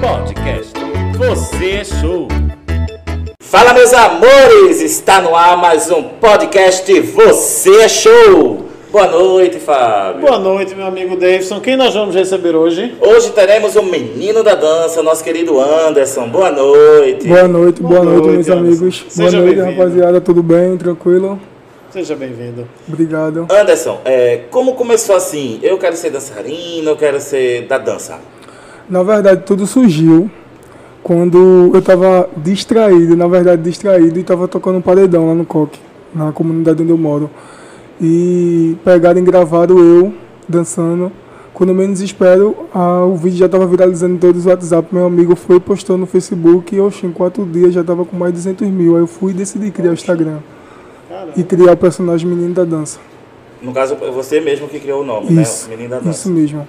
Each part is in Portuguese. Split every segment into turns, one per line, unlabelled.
Podcast Você é Show.
Fala meus amores, está no ar mais um podcast Você é Show. Boa noite, Fábio.
Boa noite, meu amigo Davidson. Quem nós vamos receber hoje?
Hoje teremos o menino da dança, nosso querido Anderson. Boa noite.
Boa noite, boa,
Boa
noite,
noite,
meus
Anderson.
amigos.
Seja
boa noite,
bem-vindo.
rapaziada. Tudo bem? Tranquilo?
Seja bem-vindo.
Obrigado.
Anderson, é, como começou assim? Eu quero ser dançarino, eu quero ser da dança.
Na verdade, tudo surgiu quando eu tava distraído, na verdade distraído, e tava tocando um paredão lá no Coque, na comunidade onde eu moro. E pegaram e gravaram eu dançando. Quando menos espero, ah, o vídeo já tava viralizando em todos os WhatsApp. Meu amigo foi postando no Facebook e, oxe, em quatro dias já tava com mais de 200 mil. Aí eu fui e decidi criar o Instagram e criar o personagem Menino da Dança.
No caso, você mesmo que criou o nome,
Isso,
né? O menino da dança.
isso mesmo.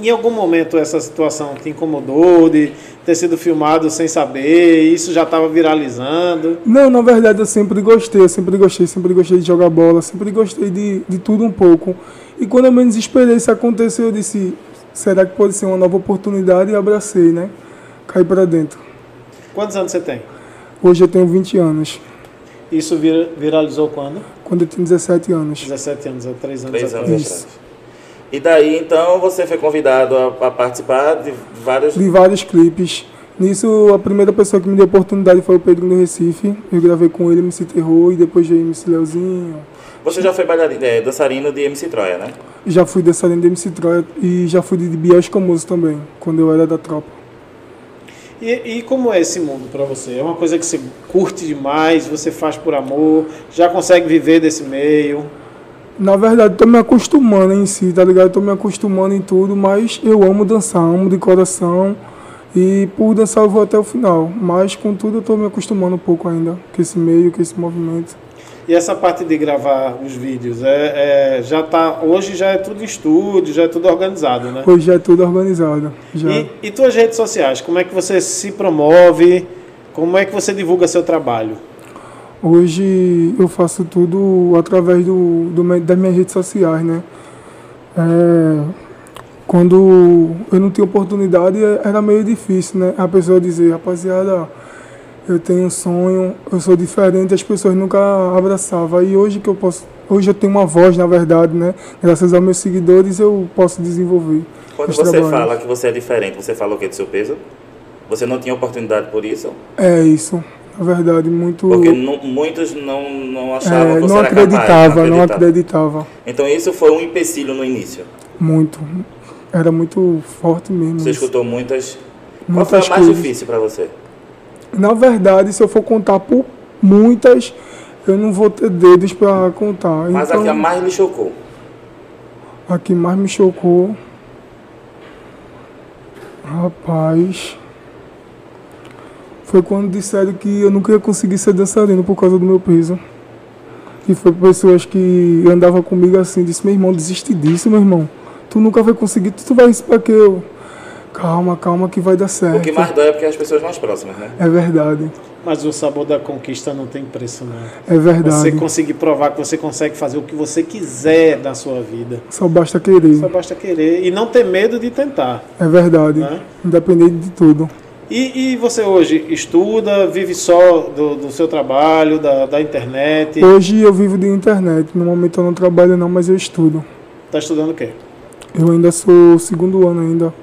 Em algum momento essa situação te incomodou de ter sido filmado sem saber? Isso já estava viralizando?
Não, na verdade eu sempre gostei, eu sempre gostei, sempre gostei de jogar bola, sempre gostei de, de tudo um pouco. E quando eu menos esperei isso acontecer, eu disse, será que pode ser uma nova oportunidade? E abracei, né? Caí pra dentro.
Quantos anos você tem?
Hoje eu tenho 20 anos,
Isso vir- viralizou quando?
quando eu tinha 17 anos.
17 anos, há 3 anos
Três
atrás.
anos atrás. E daí, então, você foi convidado a, a participar de vários...
De vários clipes. Nisso, a primeira pessoa que me deu a oportunidade foi o Pedro do Recife. Eu gravei com ele MC Terror e depois veio MC Leozinho.
Você já foi bailarino, é, dançarino de MC Troia, né?
Já fui dançarino de MC Troia e já fui de Biel Escamoso também, quando eu era da tropa.
E, e como é esse mundo para você? É uma coisa que você curte demais, você faz por amor, já consegue viver desse meio?
Na verdade, tô me acostumando em si, tá ligado? Tô me acostumando em tudo, mas eu amo dançar, amo de coração. E por dançar eu vou até o final. Mas contudo eu tô me acostumando um pouco ainda com esse meio, com esse movimento.
E essa parte de gravar os vídeos, é, é- já tá, hoje já é tudo em estúdio, já é tudo organizado, né?
Hoje já é tudo organizado. Já.
E, e tuas redes sociais, como é que você se promove? Como é que você divulga seu trabalho?
Hoje eu faço tudo através do, do me- das minhas redes sociais, né? É, quando eu não tinha oportunidade é- era meio difícil, né? A pessoa dizer, rapaziada, eu tenho um sonho, eu sou diferente, as pessoas nunca abraçavam. E hoje que eu posso, hoje eu tenho uma voz, na verdade, né? Graças aos meus seguidores eu posso desenvolver.
Quando
meus
você
trabalhos.
fala que você é diferente, você fala o que do seu peso? Você não tinha oportunidade por isso?
É isso, na verdade, muito.
Porque nu- muitos não, não achavam
é,
que você
não
era capaz,
acreditava, não acreditava.
Então isso foi um empecilho no início.
Muito. Era muito forte mesmo.
Você
isso.
escutou muitas. Qual
Muitas
foi a mais
coisas. Então
difícil para você?
Na verdade, se eu for contar por muitas, eu não vou ter dedos para contar.
Mas a
então,
que a mais lhe chocou.
a que mais me chocou. Rapaz. Foi quando disseram que eu nunca ia conseguir ser dançarino por causa do meu peso. E foi pessoas que andavam comigo assim, disse, meu irmão, desiste disso, meu irmão. Tu nunca vai conseguir, tu tu vai isso pra quê? Eu, Calma, calma que vai dar certo.
O que mais dói é porque é as pessoas mais próximas, né?
É verdade,
Mas o sabor da conquista não tem preço, não.
é
Você
verdade.
conseguir provar que você consegue fazer o que você quiser da sua vida.
Só basta querer.
Só basta querer e não ter medo de tentar.
É verdade.
Né?
Independente de tudo.
E, e você hoje estuda, vive só do, do seu trabalho, da, da internet?
Hoje eu vivo de internet. No momento eu não trabalho não, mas eu estudo.
Tá estudando o quê?
Eu ainda sou segundo ano ainda.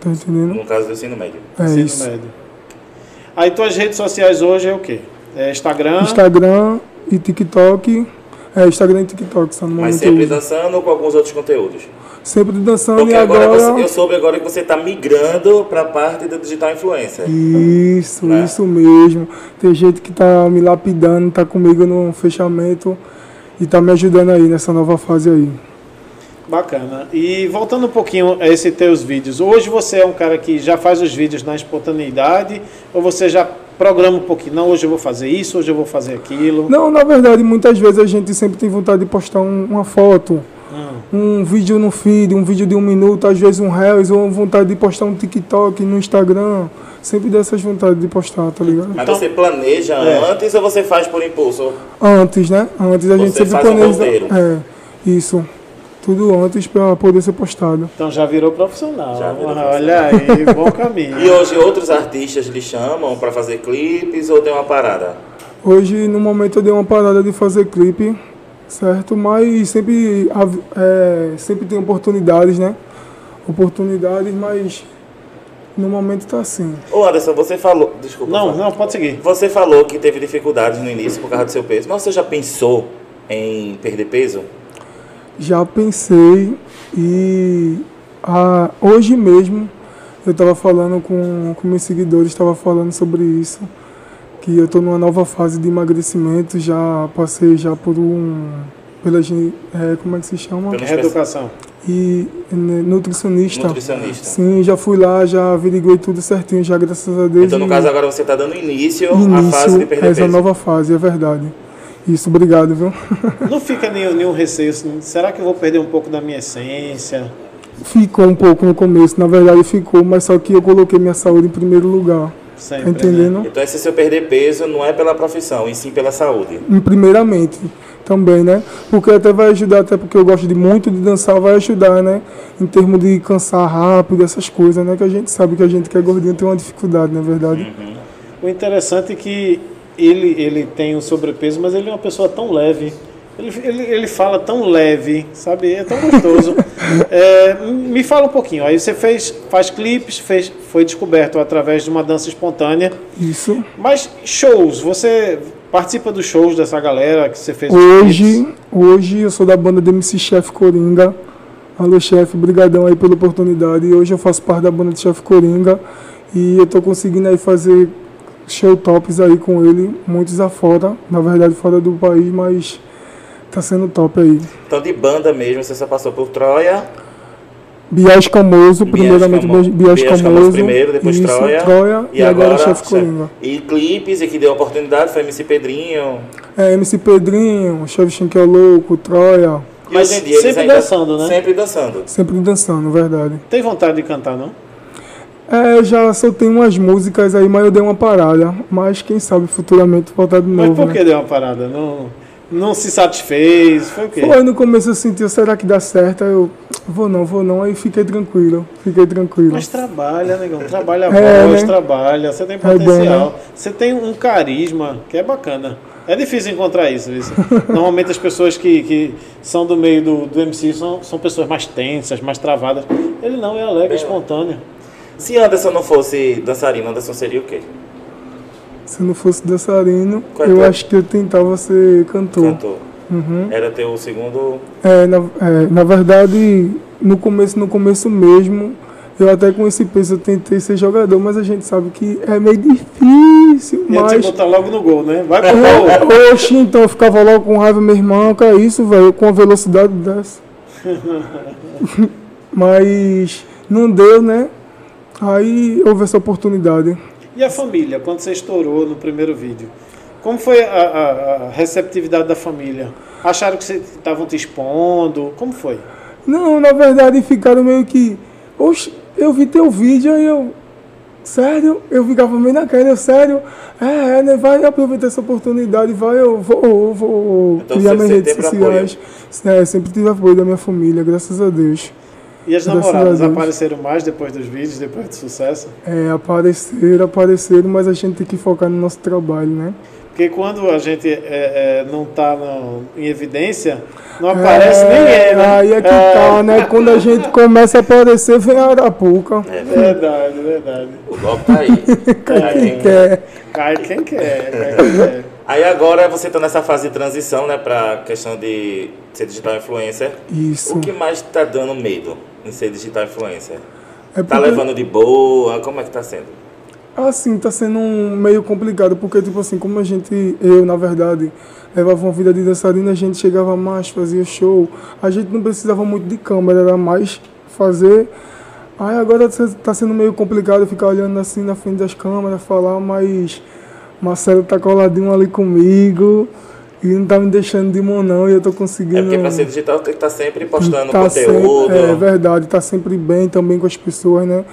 Tá entendendo?
No caso do ensino médio.
É
Ensino
isso.
médio. Aí tuas redes sociais hoje é o quê? É Instagram?
Instagram e TikTok. É, Instagram e TikTok, só no momento.
Mas sempre
eu uso.
dançando ou com alguns outros conteúdos.
sempre dançando
Porque
e agora.
agora você- eu soube agora que você está migrando para a parte da digital influencer.
Isso,
Né?
isso mesmo. Tem gente que tá me lapidando, tá comigo no fechamento e tá me ajudando aí nessa nova fase aí.
Bacana. E voltando um pouquinho a esse teus vídeos, hoje você é um cara que já faz os vídeos na espontaneidade ou você já programa um pouquinho? Não, hoje eu vou fazer isso, hoje eu vou fazer aquilo.
Não, na verdade, muitas vezes a gente sempre tem vontade de postar um- uma foto,
Hum.
um vídeo no feed, um vídeo de um minuto, às vezes um Reels, ou vontade de postar um TikTok no Instagram. Sempre dá essas vontades de postar, tá ligado?
Mas
Então-
você planeja
É.
antes ou você faz por impulso?
Antes, né? Antes a gente
Você
sempre
faz um
planeja.
roteiro.
é, isso. Tudo antes para poder ser postado.
Então já virou profissional. Ah,
Já virou
Olha aí, bom caminho.
E hoje outros artistas lhe chamam pra fazer clipes ou tem uma parada?
Hoje, no momento, eu dei uma parada de fazer clipe, certo? Mas sempre, av- é, sempre tem oportunidades, né? Oportunidades, mas no momento tá assim.
Ô Anderson, você falou. Desculpa.
Não,
Fábio.
não, pode seguir.
Você falou que teve dificuldades no início por causa do seu peso, mas você já pensou em perder peso?
Já pensei e ah, hoje mesmo eu estava falando com, com meus seguidores, estava falando sobre isso, que eu estou numa nova fase de emagrecimento, já passei já por um... Pela, gen- é, como é que se chama?
Pelo-
Reeducação.
E né, nutricionista.
Nutricionista.
Sim, já fui lá, já averiguei tudo certinho, já graças a Deus.
Então, no
E
caso, agora você tá dando início, à
início
fase de
a
perder
essa
peso.
nova fase, é verdade. Isso, obrigado, viu?
Não fica nenhum, nenhum receio. assim, Será que eu vou perder um pouco da minha essência?
Ficou um pouco no começo, na verdade ficou, mas só que eu coloquei minha saúde em primeiro lugar.
Sempre, né?
Tá entendendo?
Então, esse seu perder peso não é pela profissão, e sim pela saúde.
Em primeiramente também, né? Porque até vai ajudar, até porque eu gosto de muito de dançar, vai ajudar, né? Em termos de cansar rápido, essas coisas, né? Que a gente sabe que a gente que é gordinho tem uma dificuldade, não é verdade?
Né? O interessante é que ele, ele tem um sobrepeso, mas ele é uma pessoa tão leve. Ele, ele, ele fala tão leve, sabe? É tão gostoso. É, me fala um pouquinho. Aí você fez, faz clipes, fez, foi descoberto através de uma dança espontânea.
Isso.
Mas shows, você participa dos shows dessa galera que você fez? os clipes?
Hoje, hoje eu sou da banda de MC Chef Coringa. Alô, chefe, brigadão aí pela oportunidade. E hoje eu faço parte da banda de Chef Coringa e eu tô conseguindo aí fazer show tops aí com ele, muitos afora, na verdade fora do país, mas tá sendo top aí.
Então, de banda mesmo, você só passou por Troia,
Bias Camoso, primeiramente
Camo-
Bias, Bias
Bias Camoso
Camoso,
primeiro, depois
isso,
Troia,
e, agora, Chef
Chef-
Coringa.
E clipes, e que deu a oportunidade foi MC Pedrinho.
É, MC Pedrinho, Chef Chinquel Louco, Troia,
E
Mas
hoje em dia eles
sempre
ainda-
dançando, né?
Sempre dançando.
sempre dançando, verdade.
Tem vontade de cantar, não?
É, eu já soltei umas músicas aí, mas eu dei uma parada. Mas quem sabe futuramente voltar de novo.
Mas por
né?
que deu uma parada? Não, não se satisfez? Foi o quê?
Foi no começo eu senti, será que dá certo? Aí eu vou não, vou não, aí fiquei tranquilo, fiquei tranquilo.
Mas trabalha, negão. Trabalha a
É,
voz,
né?
trabalha. Você tem
bom, né?
potencial. Você tem um carisma que é bacana. É difícil encontrar isso. isso. Normalmente as pessoas que, que são do meio do, do MC são, são pessoas mais tensas, mais travadas. Ele não, é alegre, é espontâneo.
Se Anderson não fosse dançarino, Anderson seria o quê?
Se eu não fosse dançarino,
Qual é
eu
teu-
acho que eu tentava ser cantor.
Cantor.
Uhum.
Era teu segundo.
É, na, é, na verdade, no começo, no começo mesmo, eu até com esse peso eu tentei ser jogador, mas a gente sabe que é meio
E
difícil,
é tipo aí
mas...
você botar logo no gol, né? Vai pro gol.
É, Oxi, então eu ficava logo com raiva, meu irmão, que é isso, velho, com a velocidade dessa. Mas não deu, né? Aí houve essa oportunidade.
E a família, quando você estourou no primeiro vídeo? Como foi a, a- a receptividade da família? Acharam que vocês estavam te expondo? Como foi?
Não, na verdade ficaram meio que. Oxi, eu vi teu vídeo aí eu. Sério? Eu ficava meio naquela, eu sério. É, é, né? Vai aproveitar essa oportunidade, vai, eu vou, eu vou
Então
criar
você-
minhas
você
redes
teve apoio?
sociais. É, sempre tive apoio da minha família, graças a Deus.
E as
Graças
namoradas
a Deus.
apareceram mais depois dos vídeos, depois do sucesso?
É, apareceram, apareceram, mas a gente tem que focar no nosso trabalho, né?
Porque quando a gente é, é, não está em evidência, não aparece ninguém, né?
É, Aí é que tá, né? Quando a gente começa a aparecer, vem a Arapuca.
É
é Verdade, verdade.
O golpe tá aí. aí,
Cai quem quer,
É,
cai quem quer.
aí agora você tá nessa fase de transição, né? Pra questão de ser digital influencer.
isso.
O que mais tá dando medo em ser digital influencer?
É
Tá
porque-
levando de boa? Como é que tá sendo?
Assim, tá sendo um meio complicado, porque, tipo assim, como a gente, eu, na verdade, levava uma vida de dançarina, a gente chegava mais, fazia show, a gente não precisava muito de câmera, era mais fazer. Aí agora tá tá sendo meio complicado ficar olhando assim na frente das câmeras, falar, mas Marcelo tá coladinho ali comigo e não tá me deixando de mão, não, e eu tô conseguindo.
É porque pra ser digital tem que estar sempre postando
Tá sempre-
conteúdo.
é verdade, tá sempre bem também com as pessoas, né?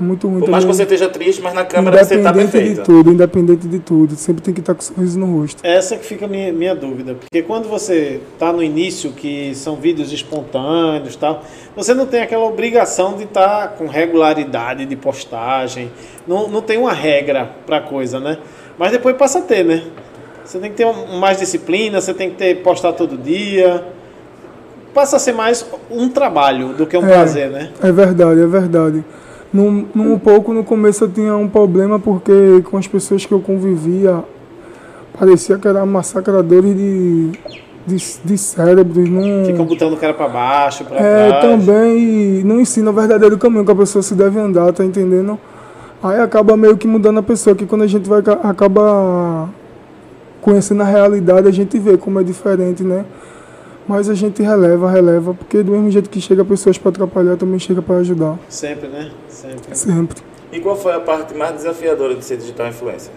É muito ruim
Por mais que
também.
você esteja triste, mas na câmera você tá
Independente de
perfeito.
tudo, independente de tudo. Sempre tem que estar com um sorriso no rosto.
Essa que fica a minha, minha dúvida, porque quando você está no início, que são vídeos espontâneos e tal, você não tem aquela obrigação de estar com regularidade de postagem, não, não tem uma regra para coisa, né? Mas depois passa a ter, né? Você tem que ter um- mais disciplina, você tem que ter postar todo dia. Passa a ser mais um trabalho do que um prazer, né?
É verdade, é verdade. Num, num pouco no começo eu tinha um problema porque com as pessoas que eu convivia parecia que eram massacradores de, de, de cérebros. né? Não,
Ficam botando o cara para baixo, para
Hum. é,
trás.
também não ensina o verdadeiro caminho que a pessoa se deve andar, tá entendendo? Aí acaba meio que mudando a pessoa, que quando a gente vai ca- acaba conhecendo a realidade, a gente vê como é diferente, né? Mas a gente releva, releva, porque do mesmo jeito que chega pessoas para atrapalhar, também chega para ajudar,
Sempre, né? Sempre.
sempre.
E qual foi a parte mais desafiadora de ser digital influencer?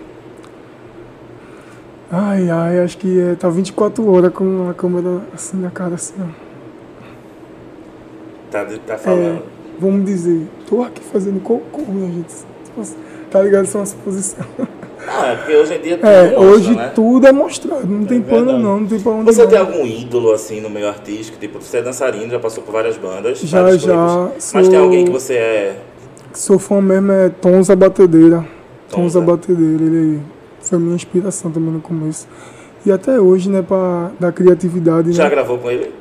Ai, ai, acho que é, tá 24 horas com a câmera assim na cara, assim, ó.
Tá, tá
É,
falando.
vamos dizer, tô aqui fazendo cocô, minha gente. Tipo assim, Tá ligado? Isso é uma suposição.
Não, é porque hoje em dia tudo
É,
mostra,
hoje
né?
tudo é mostrado, não tem pano
verdade.
não, não tem pra onde
Você
não.
tem algum ídolo assim no meio artístico? Tipo, você é dançarino, já passou por várias bandas,
Já,
vários
já,
clipes.
sou-
Mas tem alguém que você é.
Sou fã mesmo, é Tonza Batedeira. Tonza
Tonza.
Batedeira, ele foi minha inspiração também no começo. E até hoje, né, pra, da criatividade,
Já
né?
gravou com ele?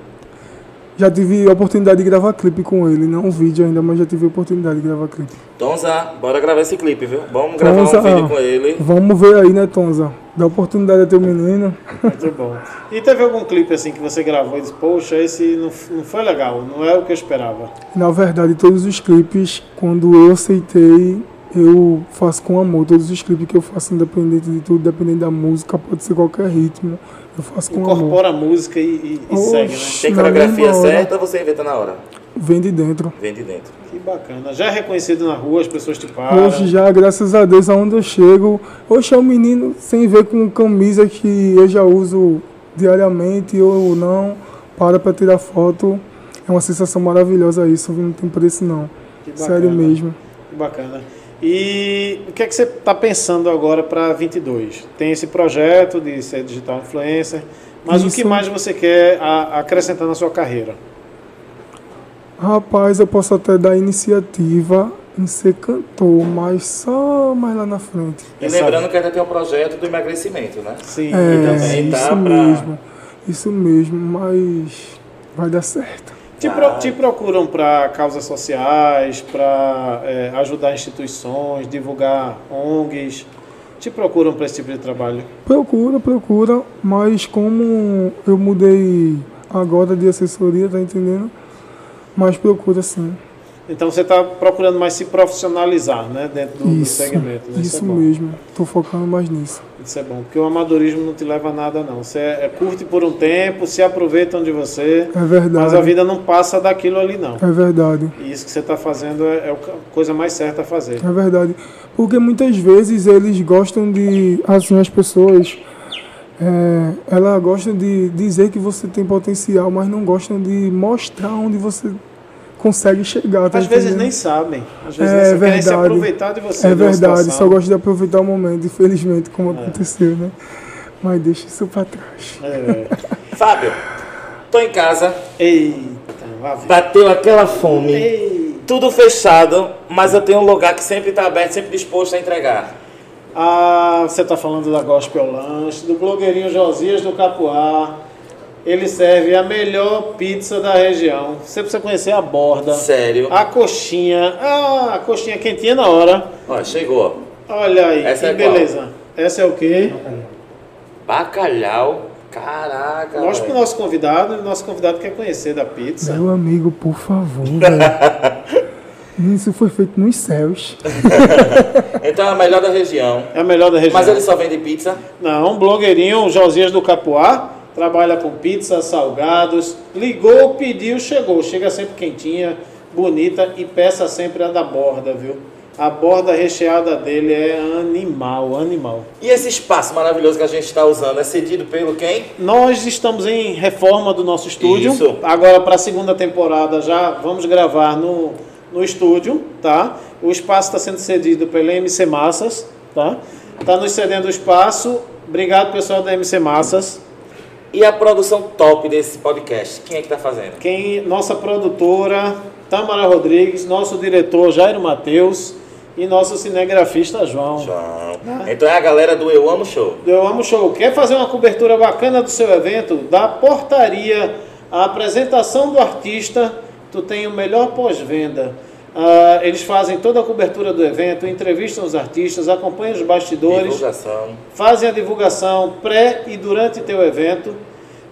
Já tive a oportunidade de gravar clipe com ele, não um vídeo ainda, mas já tive a oportunidade de gravar clipe.
Tonza, bora gravar esse clipe, viu? Vamos gravar
Tonza,
um vídeo com ele.
Vamos ver aí, né, Tonza? Dá oportunidade a teu menino.
Muito é bom. E teve algum clipe assim que você gravou e disse, poxa, esse não, f- não foi legal, não é o que eu esperava.
Na verdade, todos os clipes, quando eu aceitei, eu faço com amor. Todos os clipes que eu faço, independente de tudo, dependente da música, pode ser qualquer ritmo, eu faço com amor.
Incorpora a música e, e- e
Uhum.
segue,
Oxe.
né?
Tem
Na
coreografia
mesma hora.
certa, você inventa na hora.
Vem de dentro.
Vem de dentro.
Que bacana. Já é reconhecido na rua, as pessoas te param.
Hoje já, graças a Deus, aonde eu chego, hoje é um menino sem ver com camisa que eu já uso diariamente ou não, para para tirar foto. É uma sensação maravilhosa isso, não tem preço não.
Que bacana.
Sério mesmo.
Que bacana. E o que é que você está pensando agora para 22? Tem esse projeto de ser digital influencer, mas o que
Isso.
mais você quer a- acrescentar na sua carreira?
Rapaz, eu posso até dar iniciativa em ser cantor, mas só mais lá na frente.
E
Essa-
lembrando que ainda tem o projeto do emagrecimento, né?
Sim.
É,
também tá
isso
pra-
mesmo. Isso mesmo, mas vai dar certo.
Te, pro- te procuram para causas sociais, para ajudar instituições, divulgar ONGs. Te procuram para esse tipo de trabalho.
Procura, procura, mas como eu mudei agora de assessoria, tá entendendo? Mas procura sim.
Então você está procurando mais se profissionalizar né, dentro do, do
Isso,
segmento. Né?
isso
é bom.
mesmo. Tô focando mais nisso.
Isso é bom, porque o amadorismo não te leva a nada, não. Você é, é, curte por um tempo, se aproveitam de você,
É verdade.
mas a vida não passa daquilo ali, não.
É verdade.
E isso que você está fazendo é, é a coisa mais certa a fazer.
É verdade. Porque muitas vezes eles gostam de. Assim, as pessoas. É, elas gostam de dizer que você tem potencial, mas não gostam de mostrar onde você consegue chegar. tá
Às vezes
entendendo?
nem sabem, às vezes
É
nem sabem, querem se
verdade.
aproveitar de você. tá É.
É
da
verdade, só
situação.
gosto de aproveitar o momento, infelizmente, como aconteceu, né? Mas deixa isso pra trás.
É.
Fábio, tô em casa,
Eita, lá vem.
bateu aquela fome.
Ei.
Tudo fechado, mas eu tenho um lugar que sempre tá aberto, sempre disposto a entregar.
Ah, você está falando da Gospel Lanche, do blogueirinho Josias do Capuá. Ele serve a melhor pizza da região. Você precisa conhecer a borda,
Sério.
a coxinha, ah, a coxinha quentinha na hora.
Ó, chegou.
Olha aí,
Essa
que
é qual?
beleza. Essa é o quê?
Bacalhau. Caraca.
Mostra pro
velho.
nosso convidado, e o nosso convidado quer conhecer da pizza.
Meu amigo, por favor, velho. Isso foi feito nos céus.
Então é a melhor da região.
É a melhor da região.
Mas ele só vende pizza.
Não, um blogueirinho Josias do Capuá trabalha com pizza, salgados. Ligou, pediu, chegou. Chega sempre quentinha, bonita e peça sempre a da borda, viu? A borda recheada dele é animal, animal.
E esse espaço maravilhoso que a gente está usando é cedido pelo quem?
Nós estamos em reforma do nosso estúdio.
Isso.
Agora para a segunda temporada já vamos gravar no no estúdio, tá? O espaço está sendo cedido pela MC Massas, tá? Tá nos cedendo o espaço. Obrigado, pessoal da MC Massas.
E a produção top desse podcast, quem é que tá fazendo?
Quem, nossa produtora, Tamara Rodrigues, nosso diretor, Jairo Matheus, e nosso cinegrafista, João.
João.
Ah.
Então é a galera do Eu Amo Show.
Eu amo show. Quer fazer uma cobertura bacana do seu evento? Da portaria à apresentação do artista, tu tem o melhor pós-venda. Ah, eles fazem toda a cobertura do evento, entrevistam os artistas, acompanham os bastidores,
Divulgação.
fazem a divulgação pré e durante teu evento.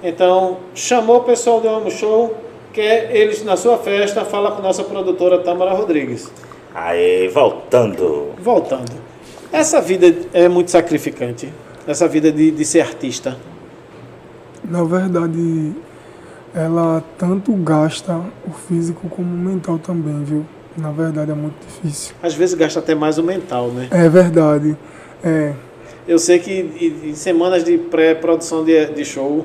Então, chamou o pessoal do Eu Amo Show, quer eles na sua festa, fala com nossa produtora Tamara Rodrigues.
Aí, voltando.
Voltando. Essa vida é muito sacrificante. Essa vida de, de ser artista.
Na verdade, ela tanto gasta o físico como o mental também, viu? Na verdade, é muito difícil.
Às vezes gasta até mais o mental, né?
É verdade. É,
Eu sei que em- em semanas de pré-produção de, de show,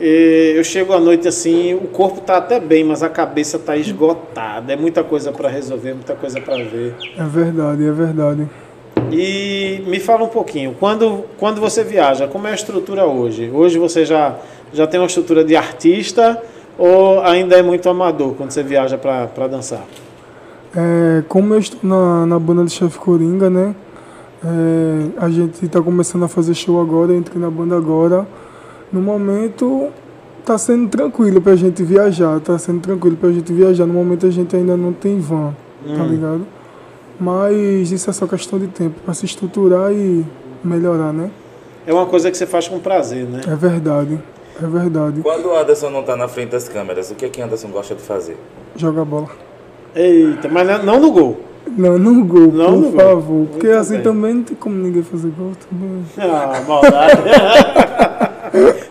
eh, eu chego à noite assim, o corpo tá até bem, mas a cabeça tá esgotada. É muita coisa para resolver, muita coisa para ver.
é verdade, é verdade.
E me fala um pouquinho, quando, quando você viaja, como é a estrutura hoje? Hoje você já, já tem uma estrutura de artista ou ainda é muito amador quando você viaja para dançar?
É, como eu estou na, na banda do Chefe Coringa, né? é, a gente está começando a fazer show agora, eu entrei na banda agora. No momento tá sendo tranquilo pra gente viajar, tá sendo tranquilo pra gente viajar. No momento a gente ainda não tem van,
Hum.
tá ligado? Mas isso é só questão de tempo para se estruturar e melhorar, né?
É uma coisa que você faz com prazer, né?
É verdade, é verdade.
Quando o Anderson não tá na frente das câmeras, o que é que Anderson gosta de fazer?
Joga bola.
Eita, mas não- não no gol.
Não, não
Não,
gol, por
não gol.
favor. Porque
Muito
assim
bem.
também não tem como ninguém fazer gol também.
Ah, maldade.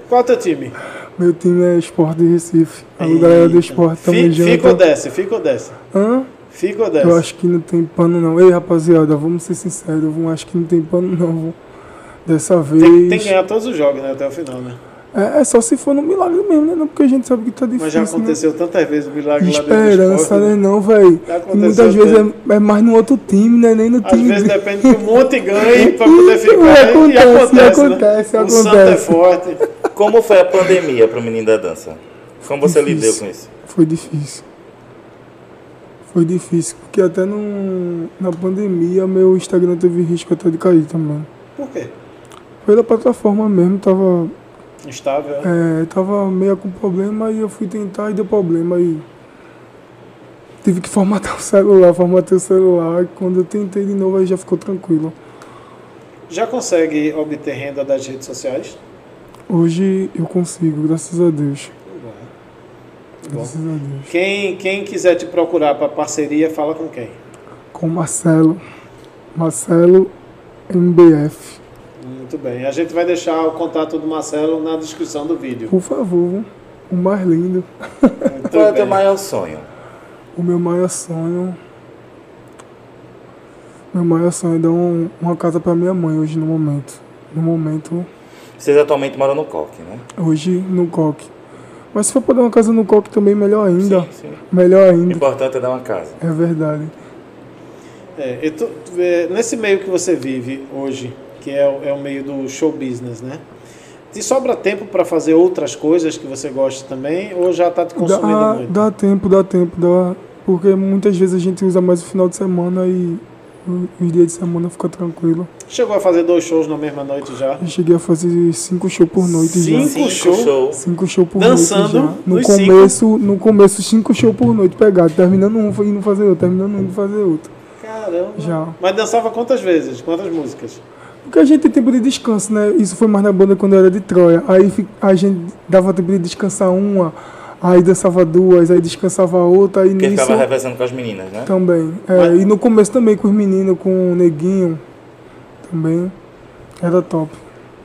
Qual é o teu time?
Meu time é Sport de Recife. A galera do Sport também
Fi- Fica ou
junto.
desce, fica ou desce.
Hã?
Fica ou
Eu
desce.
acho que não tem pano não. Ei, rapaziada, vamos ser sinceros. Eu não acho que não tem pano não. vô. Dessa vez...
Tem, tem que ganhar todos os jogos, né? Até o final, né?
É, é só se for no milagre mesmo, né? Não, porque a gente sabe que tá difícil,
Mas já aconteceu tantas vezes o milagre
né?
lá dentro do
Esperança,
esporte.
né? Não, velho.
Já aconteceu
Muitas vezes é, é mais no outro time, né? Nem no
Às
time.
vezes é- depende que o monte ganhe pra poder
Isso,
ficar. né? e-
acontece,
e acontece,
acontece,
né? O
acontece.
Santo é forte.
Como foi a pandemia pro menino da dança? Como você
Difícil.
lidou com isso?
Foi difícil. Foi difícil, porque até no, na pandemia meu Instagram teve risco até de cair também.
Por quê?
Pela plataforma mesmo, tava
Instável. né?
É, eu tava meio com problema e eu fui tentar e deu problema e tive que formatar o celular, formatei o celular. e Quando eu tentei de novo aí já ficou tranquilo.
Já consegue obter renda das redes sociais?
Hoje eu consigo, graças a Deus.
Bom.
Graças a Deus.
Quem, quem quiser te procurar pra parceria, fala com quem?
Com o Marcelo. Marcelo MBF.
Muito bem. A gente vai deixar o contato do Marcelo na descrição do vídeo.
Por favor, viu? o mais lindo.
Muito
Qual é o teu
bem.
maior sonho?
O meu maior sonho. Meu maior sonho é dar um- uma casa pra minha mãe hoje no momento. No momento
Vocês atualmente moram no Coque, né?
Hoje no coque. Mas se for pra dar uma casa no coque também, melhor ainda.
Sim, sim.
Melhor
O
ainda.
importante é dar uma casa.
É verdade.
É, e tu- tu- é, nesse meio que você vive hoje, que é, o- é o meio do show business, né? Te sobra tempo para fazer outras coisas que você gosta também ou já tá te consumindo
Dá,
muito?
ah, dá tempo, dá tempo, dá. Porque muitas vezes a gente usa mais o final de semana e o- os dias de semana fica tranquilo.
Chegou a fazer dois shows na mesma noite já?
Eu cheguei a fazer cinco shows por noite
Cinco?
já.
show.
Cinco shows por
Dançando
noite já. No
nos
começo, no começo, cinco shows por noite pegado. Terminando um, foi indo fazer outro. Terminando um, indo fazer outro.
Caramba.
Já.
Mas dançava quantas vezes? Quantas músicas?
Porque a gente tem tempo de descanso, né? Isso foi mais na banda quando eu era de Troia. Aí fi- a gente dava tempo de descansar uma, aí dançava duas, aí descansava outra, aí
Porque
nisso
ficava revezando com as meninas, né?
também. É,
Mas-
E no começo também com os meninos, com o neguinho também. Era top.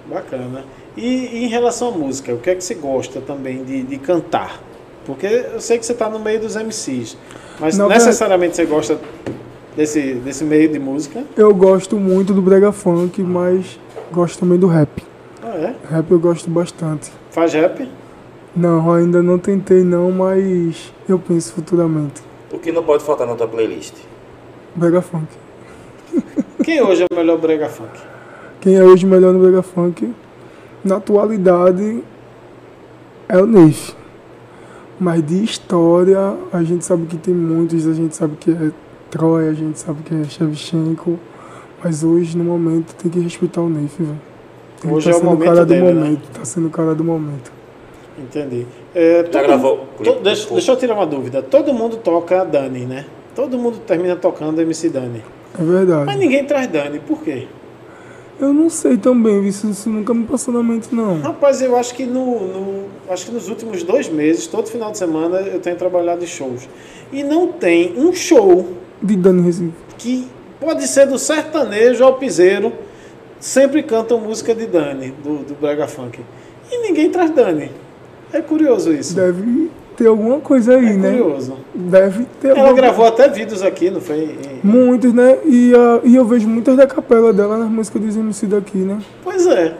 Bacana. E, e em relação à música, o que é que você gosta também de, de cantar? Porque eu sei que você está no meio dos MCs, mas
Não,
necessariamente você gosta desse, desse meio de música?
Eu gosto muito do brega funk, mas gosto também do rap.
Ah, é?
Rap eu gosto bastante.
Faz rap?
Não, ainda não tentei não, mas eu penso futuramente.
O que não pode faltar na tua playlist?
Brega Funk.
Quem hoje é o melhor brega funk?
Quem é hoje o melhor no Brega Funk, na atualidade, é o Neif. Mas de história, a gente sabe que tem muitos, a gente sabe que é Troia, a gente sabe que é Shevchenko. Mas hoje, no momento, tem que respeitar o Neif, velho. Ele
Hoje
tá
é o
sendo
momento
cara
dele,
do
né?
momento, tá sendo o cara do momento.
Entendi. É, todo-
Já gravou?
to- deixa, deixa eu tirar uma dúvida. Todo mundo toca a Dani, né? Todo mundo termina tocando MC Dani.
É verdade.
Mas ninguém traz Dani. Por quê?
Eu não sei também, isso, isso nunca me passou na mente, não.
Rapaz, eu acho que no, no- acho que nos últimos dois meses, todo final de semana, eu tenho trabalhado em shows. E não tem um show
De Dani Recife.
que pode ser do sertanejo ao piseiro, sempre cantam música de Dani, do, do Braga Funk. E ninguém traz Dani. É curioso isso.
Deve ter alguma coisa aí,
É
né?
curioso.
Deve ter
Ela
alguma
gravou até vídeos aqui, não foi? E-
Muitos, né? E, ah, e eu vejo muitas da capela dela nas músicas dos MC daqui, né?
Pois é.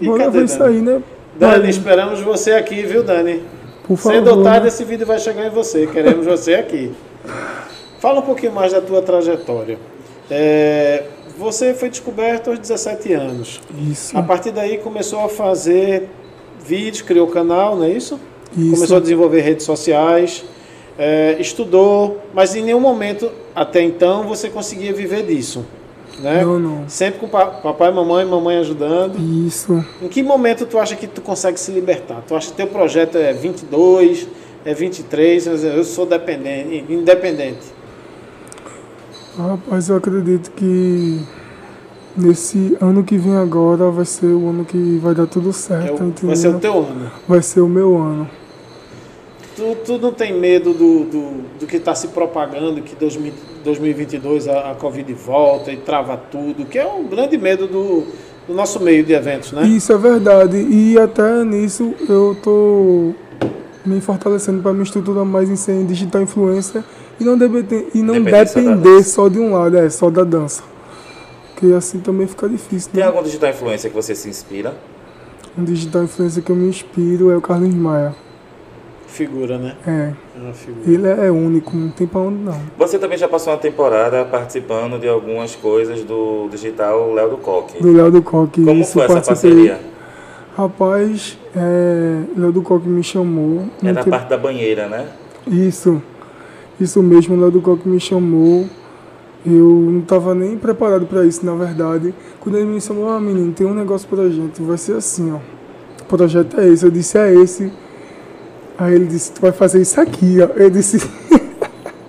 E
Vou
cadê
levar isso aí,
Dani?
né?
Dani, esperamos você aqui, viu, Dani?
por
Sendo
favor.
tarde,
né?
esse vídeo vai chegar em você. Queremos você aqui. Fala um pouquinho mais da tua trajetória. É, você foi descoberto aos 17 anos.
Isso.
A partir daí começou a fazer vídeos, criou canal, não é isso?
Isso.
Começou a desenvolver redes sociais, é, estudou, mas em nenhum momento até então você conseguia viver disso. Né?
Não, não.
Sempre com pa- papai, mamãe, mamãe ajudando.
Isso.
Em que momento tu acha que tu consegue se libertar? Tu acha que teu projeto é 22, é 23, mas eu sou dependente, independente.
Rapaz, eu acredito que nesse ano que vem agora vai ser o ano que vai dar tudo
É
certo,
o-
entendeu?
vai ser o teu ano.
Vai ser o meu ano.
Tu, tu não tem medo do, do, do que está se propagando, que 2000 2022 a, a Covid volta e trava tudo, que é um grande medo do, do nosso meio de eventos, né?
Isso é verdade. E até nisso eu tô me fortalecendo para me estruturar mais em ser um digital influencer e não, depender, e não
Depender só da
depender só de um lado, é, só da dança. Porque assim também fica difícil,
Tem
né?
algum digital influencer que você se inspira?
Um digital influencer que eu me inspiro é o Carlos Maia.
Figura, né?
É,
É uma figura.
ele é único, não tem pra onde não.
Você também já passou uma temporada participando de algumas coisas do digital Léo do Coque.
Do Léo do Coque,
Como
isso
foi essa
participei.
parceria?
Rapaz, é, Léo do Coque me chamou.
É
não
da
tem-
parte da banheira, né?
Isso, isso mesmo, lá do Coque me chamou. Eu não estava nem preparado para isso, na verdade. Quando ele me chamou, ah, menino, tem um negócio pra gente, vai ser assim, ó. O projeto é esse, eu disse, é esse. Aí ele disse, tu vai fazer isso aqui, ó. Eu disse,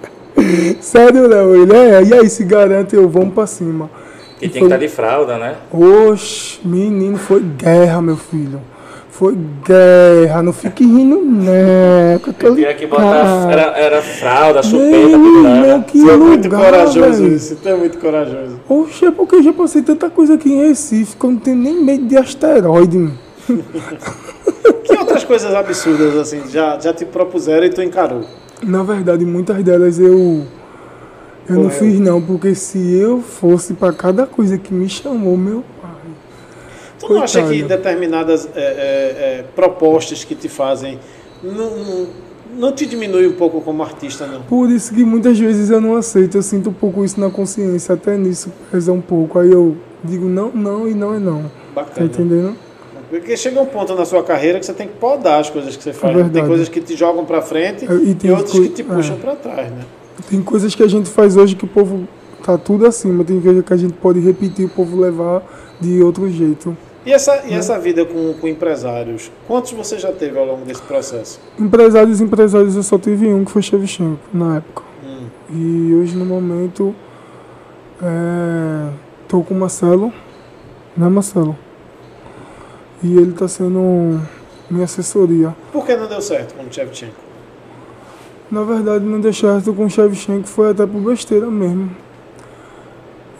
sério, Léo? Ele, é, e aí, se garante, eu, vamos pra cima.
Que
E
tinha que
foi-
estar de fralda, né?
Oxe, menino, foi guerra, meu filho. Foi guerra, não fique rindo, né? que eu tô
Tinha que
ligado.
botar. Era, era fralda, chupeta,
Meu irmão,
pendurada.
que
Tu é muito
lugar,
corajoso
velho.
isso, tu é muito corajoso.
Oxe, é porque eu já passei tanta coisa aqui em Recife que eu não tenho nem medo de asteroide. meu.
Que outras coisas absurdas, assim, já, já te propuseram e tu encarou?
Na verdade, muitas delas eu. Eu não
Correu.
fiz não, porque se eu fosse pra cada coisa que me chamou, meu pai.
Tu não acha que
Coitado.
determinadas é, é, é, propostas que te fazem não, não, não te diminui um pouco como artista, não?
Por isso que muitas vezes eu não aceito, eu sinto um pouco isso na consciência, até nisso pesa um pouco. Aí eu digo não, não e não é não. Tá
Bacana.
entendendo?
Porque chega um ponto na sua carreira que você tem que podar as coisas que você faz. né? tem
É verdade.
coisas que te jogam pra frente
Eu- e
e,
tem
outras
coi-
que te puxam
é.
pra trás, né?
Tem coisas que a gente faz hoje que o povo tá tudo acima, tem coisa que a gente pode repetir, o povo levar de outro jeito.
E essa,
É.
e essa vida com, com empresários, quantos você já teve ao longo desse processo?
Empresários, empresários, eu só tive um que foi Shevchenko na época.
Hum.
E hoje, no momento, é, tô com o Marcelo, né, Marcelo? E ele tá sendo minha assessoria.
Por que não deu certo com o Shevchenko?
Na verdade, não deu certo com o Shevchenko foi até por besteira mesmo.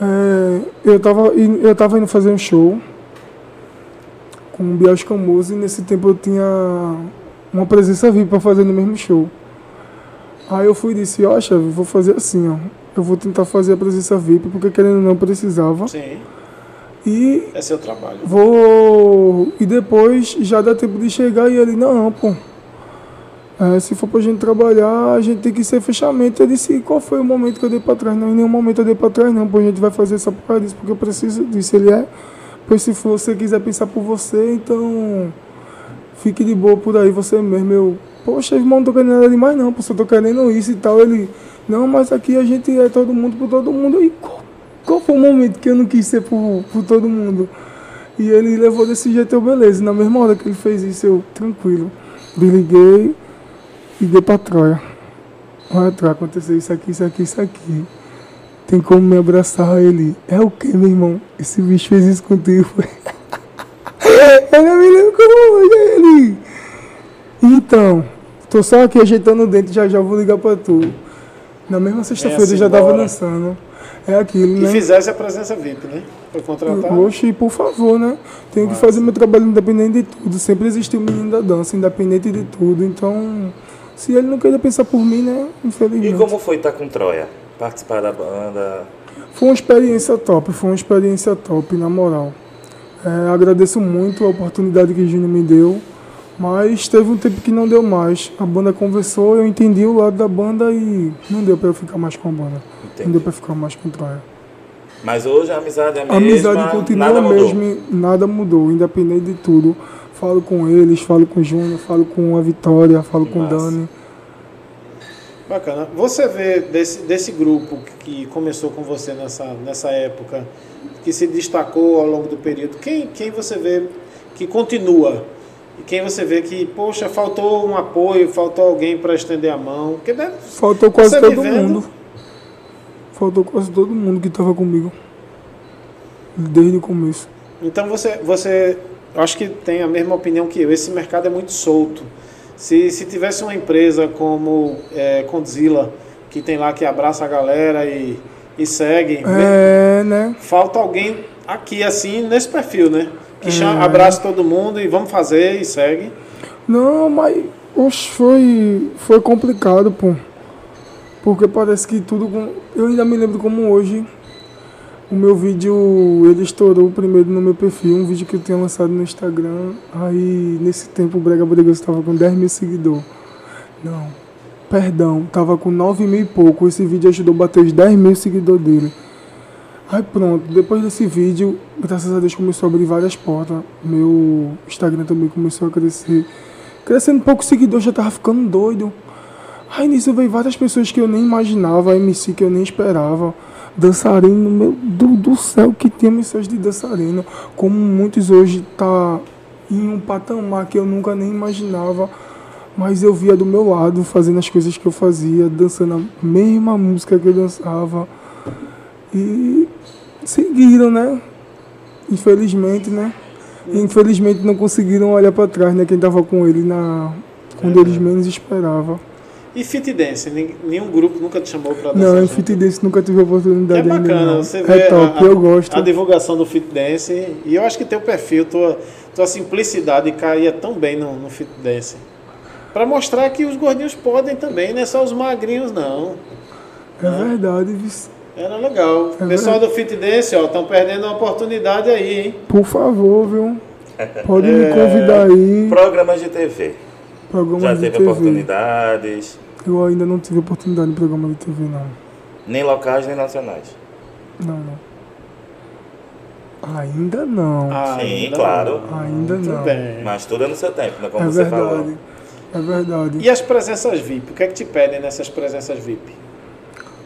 É, eu, tava, in- eu tava indo fazer um show com o Bias Camuso e nesse tempo eu tinha uma presença VIP pra fazer no mesmo show. Aí eu fui e disse, ó chefe, vou fazer assim, ó. Eu vou tentar fazer a presença VIP porque querendo ou não precisava.
Sim,
E
é seu trabalho.
Vou. E depois já dá tempo de chegar e ele, não, pô. É, se for pra gente trabalhar, a gente tem que ser fechamento. Eu disse, "E qual foi o momento que eu dei pra trás? Não, em nenhum momento eu dei pra trás, não, porque a gente vai fazer essa porra disso, porque eu preciso disso. Ele é, pois se for- você quiser pensar por você, então fique de boa por aí você mesmo. Eu, poxa, irmão, não tô querendo nada demais, não, pô, só tô querendo isso e tal. Ele, não, mas aqui a gente é todo mundo por todo mundo. E qual, qual foi o momento que eu não quis ser por, por todo mundo? E ele levou desse jeito, eu, beleza. Na mesma hora que ele fez isso, eu, tranquilo, desliguei e dei pra Troia. Olha, Troia, aconteceu isso aqui, isso aqui, isso aqui. Tem como me abraçar? Ele, é o que, meu irmão? Esse bicho fez isso contigo. Eu não me lembro como hoje é ele. Então, tô só aqui ajeitando o dente, já já vou ligar pra tu. Na mesma sexta-feira
assim,
eu já tava
bora.
dançando. É aquilo,
E
né?
fizesse a presença VIP, né? Foi
Tá?
contratado.
Oxe, por favor, né? Tenho que fazer meu trabalho independente de tudo. Sempre existiu o menino da dança, independente de tudo. Então, se ele não queria pensar por mim, né?
E
Infelizmente.
como foi estar com Troia? Participar da banda?
Foi uma experiência top, foi uma experiência top, na moral. É, agradeço muito a oportunidade que Júnior me deu, mas teve um tempo que não deu mais. A banda conversou, eu entendi o lado da banda e não deu pra eu ficar mais com a banda.
Entendi.
Não deu pra ficar mais com o Troia.
Mas hoje a amizade é a
A
mesma,
amizade continua
nada
a
mudou.
mesma, e nada mudou, independente de tudo. Falo com eles, falo com o Júnior, falo com a Vitória, falo com o
Massa.
Dani.
Bacana. Você vê desse, desse grupo que começou com você nessa, nessa época, que se destacou ao longo do período, quem, quem você vê que continua? E quem você vê que, poxa, faltou um apoio, faltou alguém para estender a mão? Porque deve...
Faltou quase
Você
todo
vivendo?
mundo. Faltou quase todo mundo que tava comigo. Desde o começo.
Então você, você eu acho que tem a mesma opinião que eu. Esse mercado é muito solto. Se, se tivesse uma empresa como é, Condzilla, que tem lá que abraça a galera e, e segue,
É, né?
falta alguém aqui assim nesse perfil, né? Que
Uhum.
chama, abraça todo mundo e vamos fazer e segue.
Não, mas oxe, foi, foi complicado, pô. Porque parece que tudo. com- Eu ainda me lembro como hoje. O meu vídeo, ele estourou primeiro no meu perfil, um vídeo que eu tinha lançado no Instagram. Aí, nesse tempo, o Brega Bregoso estava com 10 mil seguidores. Não, perdão, tava com 9 mil e pouco. Esse vídeo ajudou a bater os 10 mil seguidores dele. Aí pronto, depois desse vídeo, graças a Deus começou a abrir várias portas. Meu Instagram também começou a crescer. Crescendo poucos seguidores, já tava ficando doido. Aí nisso veio várias pessoas que eu nem imaginava, MC que eu nem esperava. Dançarino, meu Deus do céu, que tem missões de dançarino. Como muitos hoje tá em um patamar que eu nunca nem imaginava. Mas eu via do meu lado, fazendo as coisas que eu fazia, dançando a mesma música que eu dançava. E seguiram, né? Infelizmente, né? E, infelizmente não conseguiram olhar pra trás, né? Quem tava com ele na. Quando eles menos esperavam.
E fit dance, nin- nenhum grupo nunca te chamou para dançar.
Não, em
junto.
fit dance nunca tive a
É
oportunidade ainda.
bacana,
não.
você vê
é top,
a, a-
eu gosto.
a divulgação do fit dance e eu acho que teu perfil, tua, tua simplicidade caía tão bem no, no fit dance. Pra mostrar que os gordinhos podem também, não é só os magrinhos não.
É verdade, vice.
Era legal.
É
Pessoal do fit dance, ó, estão perdendo a oportunidade aí, hein?
Por favor, viu? Pode
É.
me convidar aí.
Programas de TV.
Programa
Já
de
teve
TV.
oportunidades,
Eu ainda não tive oportunidade no programa de TV, não.
nem locais, nem nacionais.
Não, não. Ainda não.
Ah,
Sim,
ainda
claro.
não.
ainda
Muito
não.
bem.
Mas tudo é no seu tempo, né? Como
É
você
verdade.
falou.
É verdade.
E as presenças VIP? O que é que te pedem nessas presenças VIP?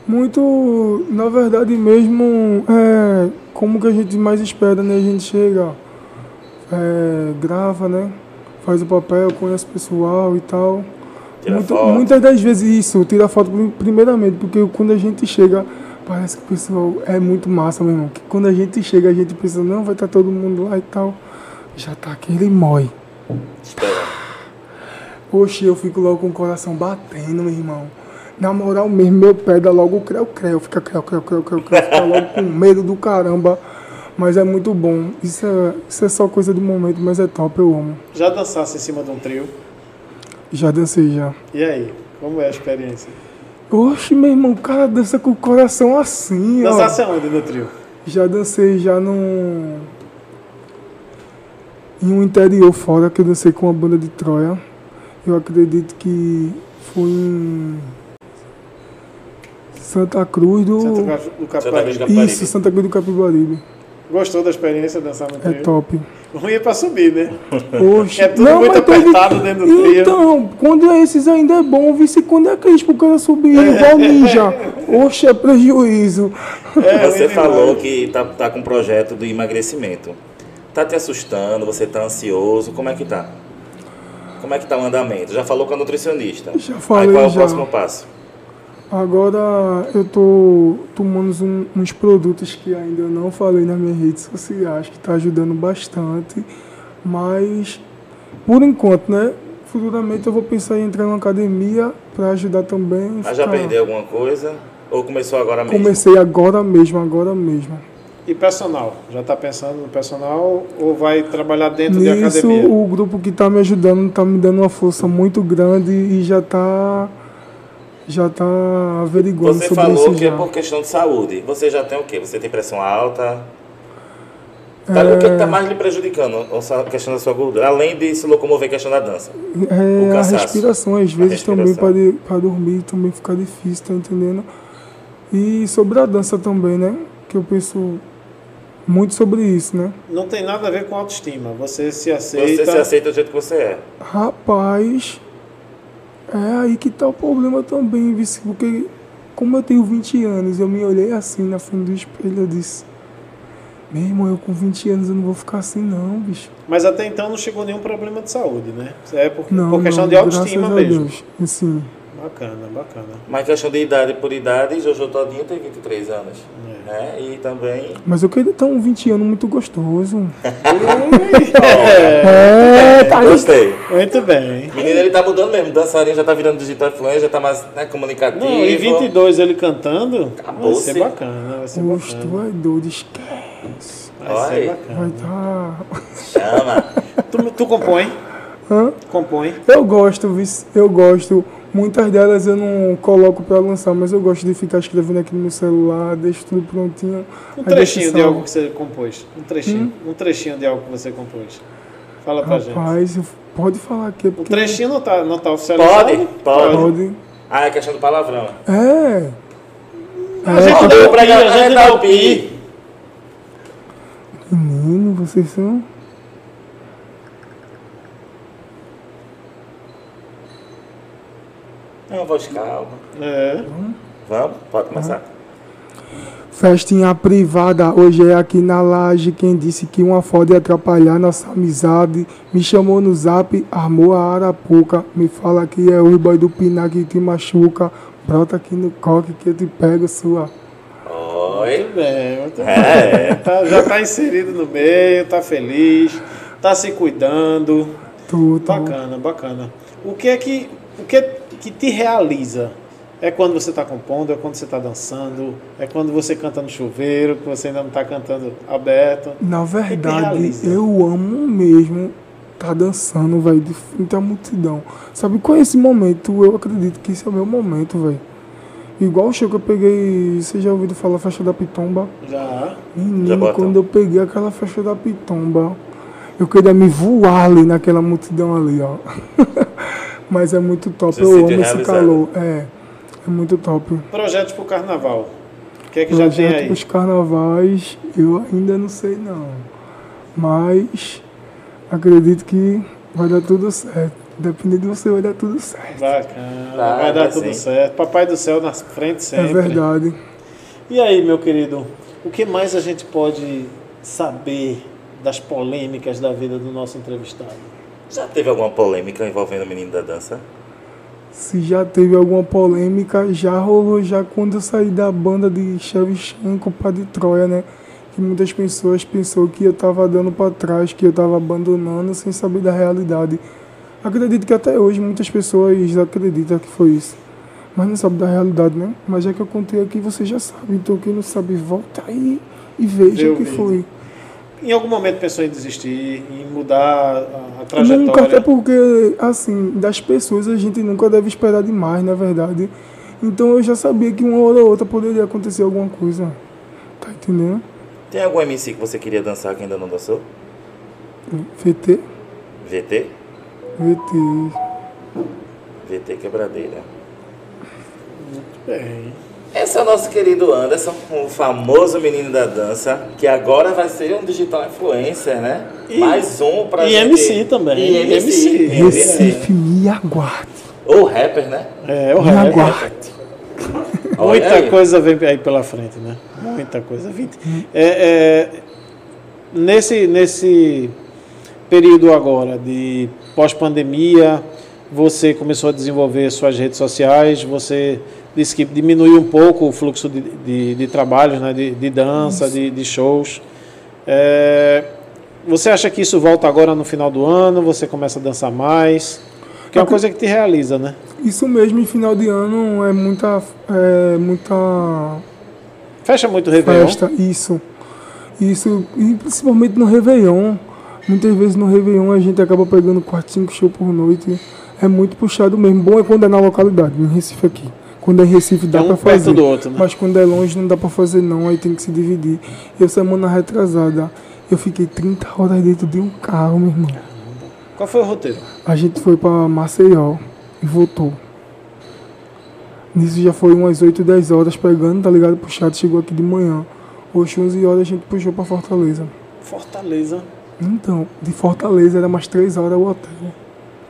Muito, na verdade mesmo, é como que a gente mais espera, né? A gente chega, é, grava, né? Faz o papel, conhece o pessoal e tal.
Tira
Muito-
foto.
Muitas das vezes isso, tira foto prim- primeiramente, porque quando a gente chega, parece que o pessoal é muito massa, meu irmão. Que quando a gente chega, a gente pensa, não, vai estar todo mundo lá e tal. Já tá aquele mói.
Espera.
Oxi, eu fico logo com o coração batendo, meu irmão. Na moral mesmo, meu pé dá logo creu, creu, fica creu, creu, creu, creu, creu, fica logo com medo do caramba. Mas é muito bom. Isso é, isso é só coisa do momento, mas é top, eu amo.
Já dançasse em cima de um trio?
Já dancei já.
E aí? Como é a experiência?
Oxi, meu irmão, o cara dança com o coração assim, ó.
Dançasse aonde no trio?
Já dancei já num. Em um interior fora que eu dancei com uma banda de Troia. Eu acredito que foi em Santa Cruz do.
Santa Cruz
Santa
do
Cruz do
Caparibe.
Caparibe.
Isso, Santa Cruz do Capibaribe.
Gostou da experiência de dançar no
É
trio?
top.
Ruim é pra subir, né?
Oxe,
É tudo muito
mas
apertado dentro do trio.
Então, quando é esses ainda é bom, vice quando é crispo, o cara subir igual ninja. Oxe, é prejuízo. É,
Você
ruim
falou
demais.
que tá, tá com um projeto do emagrecimento. Tá te assustando, você tá ansioso, como é que tá? Como é que tá o andamento? Já falou com a nutricionista.
Já falei,
Aí qual é o
já.
próximo passo?
Agora eu tô tomando um- uns produtos que ainda não falei nas minhas redes sociais, que tá ajudando bastante. Mas por enquanto, né? Futuramente eu vou pensar em entrar numa academia para ajudar também.
Mas já
ficar-
perdeu alguma coisa? Ou começou agora mesmo?
Comecei agora mesmo, agora mesmo.
E personal? Já tá pensando no personal ou vai trabalhar dentro de
Nisso,
academia?
o grupo que está me ajudando está me dando uma força muito grande e já está já tá averiguando
Você
sobre
falou
isso
que
já.
é por questão de saúde. Você já tem o quê? Você tem pressão alta? Tá- O que
É.
está mais lhe prejudicando? A questão da sua gordura? Além de se locomover, a questão da dança.
É,
O
a
cansaço.
respiração, às
A
vezes também
respiração.
para, para dormir também fica difícil, tá entendendo? E sobre a dança também, né? Que eu penso muito sobre isso, né?
Não tem nada a ver com autoestima. Você se
Você
aceita.
se aceita do jeito que você é.
Rapaz, é aí que tá o problema também, vice, porque como eu tenho 20 anos, eu me olhei assim na frente do espelho e disse, meu irmão, eu com 20 anos eu não vou ficar assim não, bicho.
Mas até então não chegou nenhum problema de saúde, né? É por,
Não,
por questão
não,
de autoestima
graças a
mesmo.
Deus. Assim,
Bacana, bacana.
Mas questão de idade por idade, Jojo Todinho tem 23 anos.
É.
Né? E também.
mas eu queria ter um 20 anos muito gostoso.
É,
É, tá
Gostei.
muito bem.
Menino, ele tá mudando mesmo. Dançarino já tá virando digital influencer, já tá mais né, comunicativo.
Não, e 22 ele cantando, vai
Acabou-se.
ser bacana, vai ser
Oxe, tu
bacana.
é doido, esquece.
Vai ser
Olha aí.
Vai
bacana.
tá...
Chama.
Tu, tu compõe,
Hã?
compõe.
Eu gosto, vice, eu gosto. Muitas delas eu não coloco pra lançar, mas eu gosto de ficar escrevendo aqui no meu celular, deixo tudo prontinho.
Um
aí
trechinho
deixo
de
salvo.
algo que você compôs. Um trechinho, um trechinho de algo que você compôs. Fala pra gente.
Rapaz, eu- pode falar aqui. é
O
porque-
trechinho não tá, não tá oficializado.
Pode? Pode.
Pode.
Ah, é questão do palavrão.
É.
A gente
Deu
deu
pra
pra ele, a gente deu
galera
o pi.
pi.
É. Menino, vocês são.
É uma voz calma.
É.
Vamos? Pode começar.
Festinha privada, hoje é aqui na laje. Quem disse que uma foda ia atrapalhar nossa amizade? Me chamou no zap, armou a arapuca. Me fala que é o boy do Pinar que te machuca. Brota aqui no coque que eu te pego, sua.
Oi.
Muito bem, muito bem.
É.
Tá- já tá inserido no meio, tá feliz, tá se cuidando.
Tu, tu.
Bacana, bacana. O que é que, o que, é que te realiza? É quando você está compondo, é quando você está dançando, é quando você canta no chuveiro, que você ainda não está cantando aberto.
Na verdade,
realiza.
eu amo mesmo tá dançando, velho, de frente à multidão. Sabe, com esse momento, eu acredito que esse é o meu momento, velho. Igual o show que eu peguei, você já ouviu falar faixa da Pitomba?
Já.
Já então.
Menino,
bota.
quando eu peguei aquela faixa da Pitomba, eu queria me voar ali naquela multidão ali, ó. Mas é muito top,
Você se
eu amo
sente
esse
realizado.
calor. É, é muito top.
Projetos para o carnaval. O que é que já tem
Projeto
aí?
dos carnavais, eu ainda não sei não. Mas acredito que vai dar tudo certo. Dependendo de você, vai dar tudo certo.
Bacana,
Tá,
vai dar
vai
tudo
sim.
certo. Papai do céu na frente sempre.
É verdade.
E aí, meu querido, o que mais a gente pode saber das polêmicas da vida do nosso entrevistado?
Já teve alguma polêmica envolvendo o menino da dança?
Se já teve alguma polêmica, já rolou já quando eu saí da banda de Shevchenko para de Troia, né? Que muitas pessoas pensou que eu tava dando para trás, que eu tava abandonando sem saber da realidade. Acredito que até hoje muitas pessoas acreditam que foi isso. Mas não sabe da realidade, né? Mas já que eu contei aqui, você já sabe. Então quem não sabe, volta aí e veja
Vê o
o que
vídeo.
foi.
Em algum momento pensou em desistir, em mudar a, a trajetória?
Nunca, até é porque, assim, das pessoas a gente nunca deve esperar demais, na verdade. Então eu já sabia que uma hora ou outra poderia acontecer alguma coisa. Tá entendendo?
Tem algum MC que você queria dançar que ainda não dançou?
VT,
VT?
VT.
VT Quebradeira.
Bem.
Esse é o nosso querido Anderson, o famoso menino da dança, que agora vai ser um digital influencer, né?
E-
Mais um pra
e
gente.
MC também,
E MC.
MC.
E
É, Recife, me aguarde.
Ou rapper, né?
É, o
Me
rap.
aguarde.
Olha
Muita
aí.
coisa vem aí pela frente, né? Muita coisa. Vinte- É, é, nesse, nesse período agora de pós-pandemia, você começou a desenvolver suas redes sociais, você disse que diminuiu um pouco o fluxo de, de, de trabalhos, né? de, de dança, de, de shows. É, você acha que isso volta agora no final do ano? Você começa a dançar mais? Que é uma coisa que te realiza, né?
Isso mesmo, em final de ano é muita, é muita
Fecha muito o Réveillon.
festa, isso. Isso, e principalmente no Réveillon. Muitas vezes no Réveillon a gente acaba pegando 4, 5 shows por noite. É muito puxado mesmo. Bom é quando é na localidade, em Recife aqui. Quando é em Recife dá
É um
pra
perto
fazer.
do outro, né?
Mas quando é longe não dá pra fazer não, aí tem que se dividir. Eu semana retrasada, eu fiquei 30 horas dentro de um carro, meu irmão.
Qual foi o roteiro?
A gente foi pra Maceió e voltou. Nisso já foi umas 8, 10 horas pegando, tá ligado? Puxado, chegou aqui de manhã. Hoje, 11 horas, a gente puxou pra Fortaleza.
Fortaleza.
Então, de Fortaleza era mais 3 horas o hotel.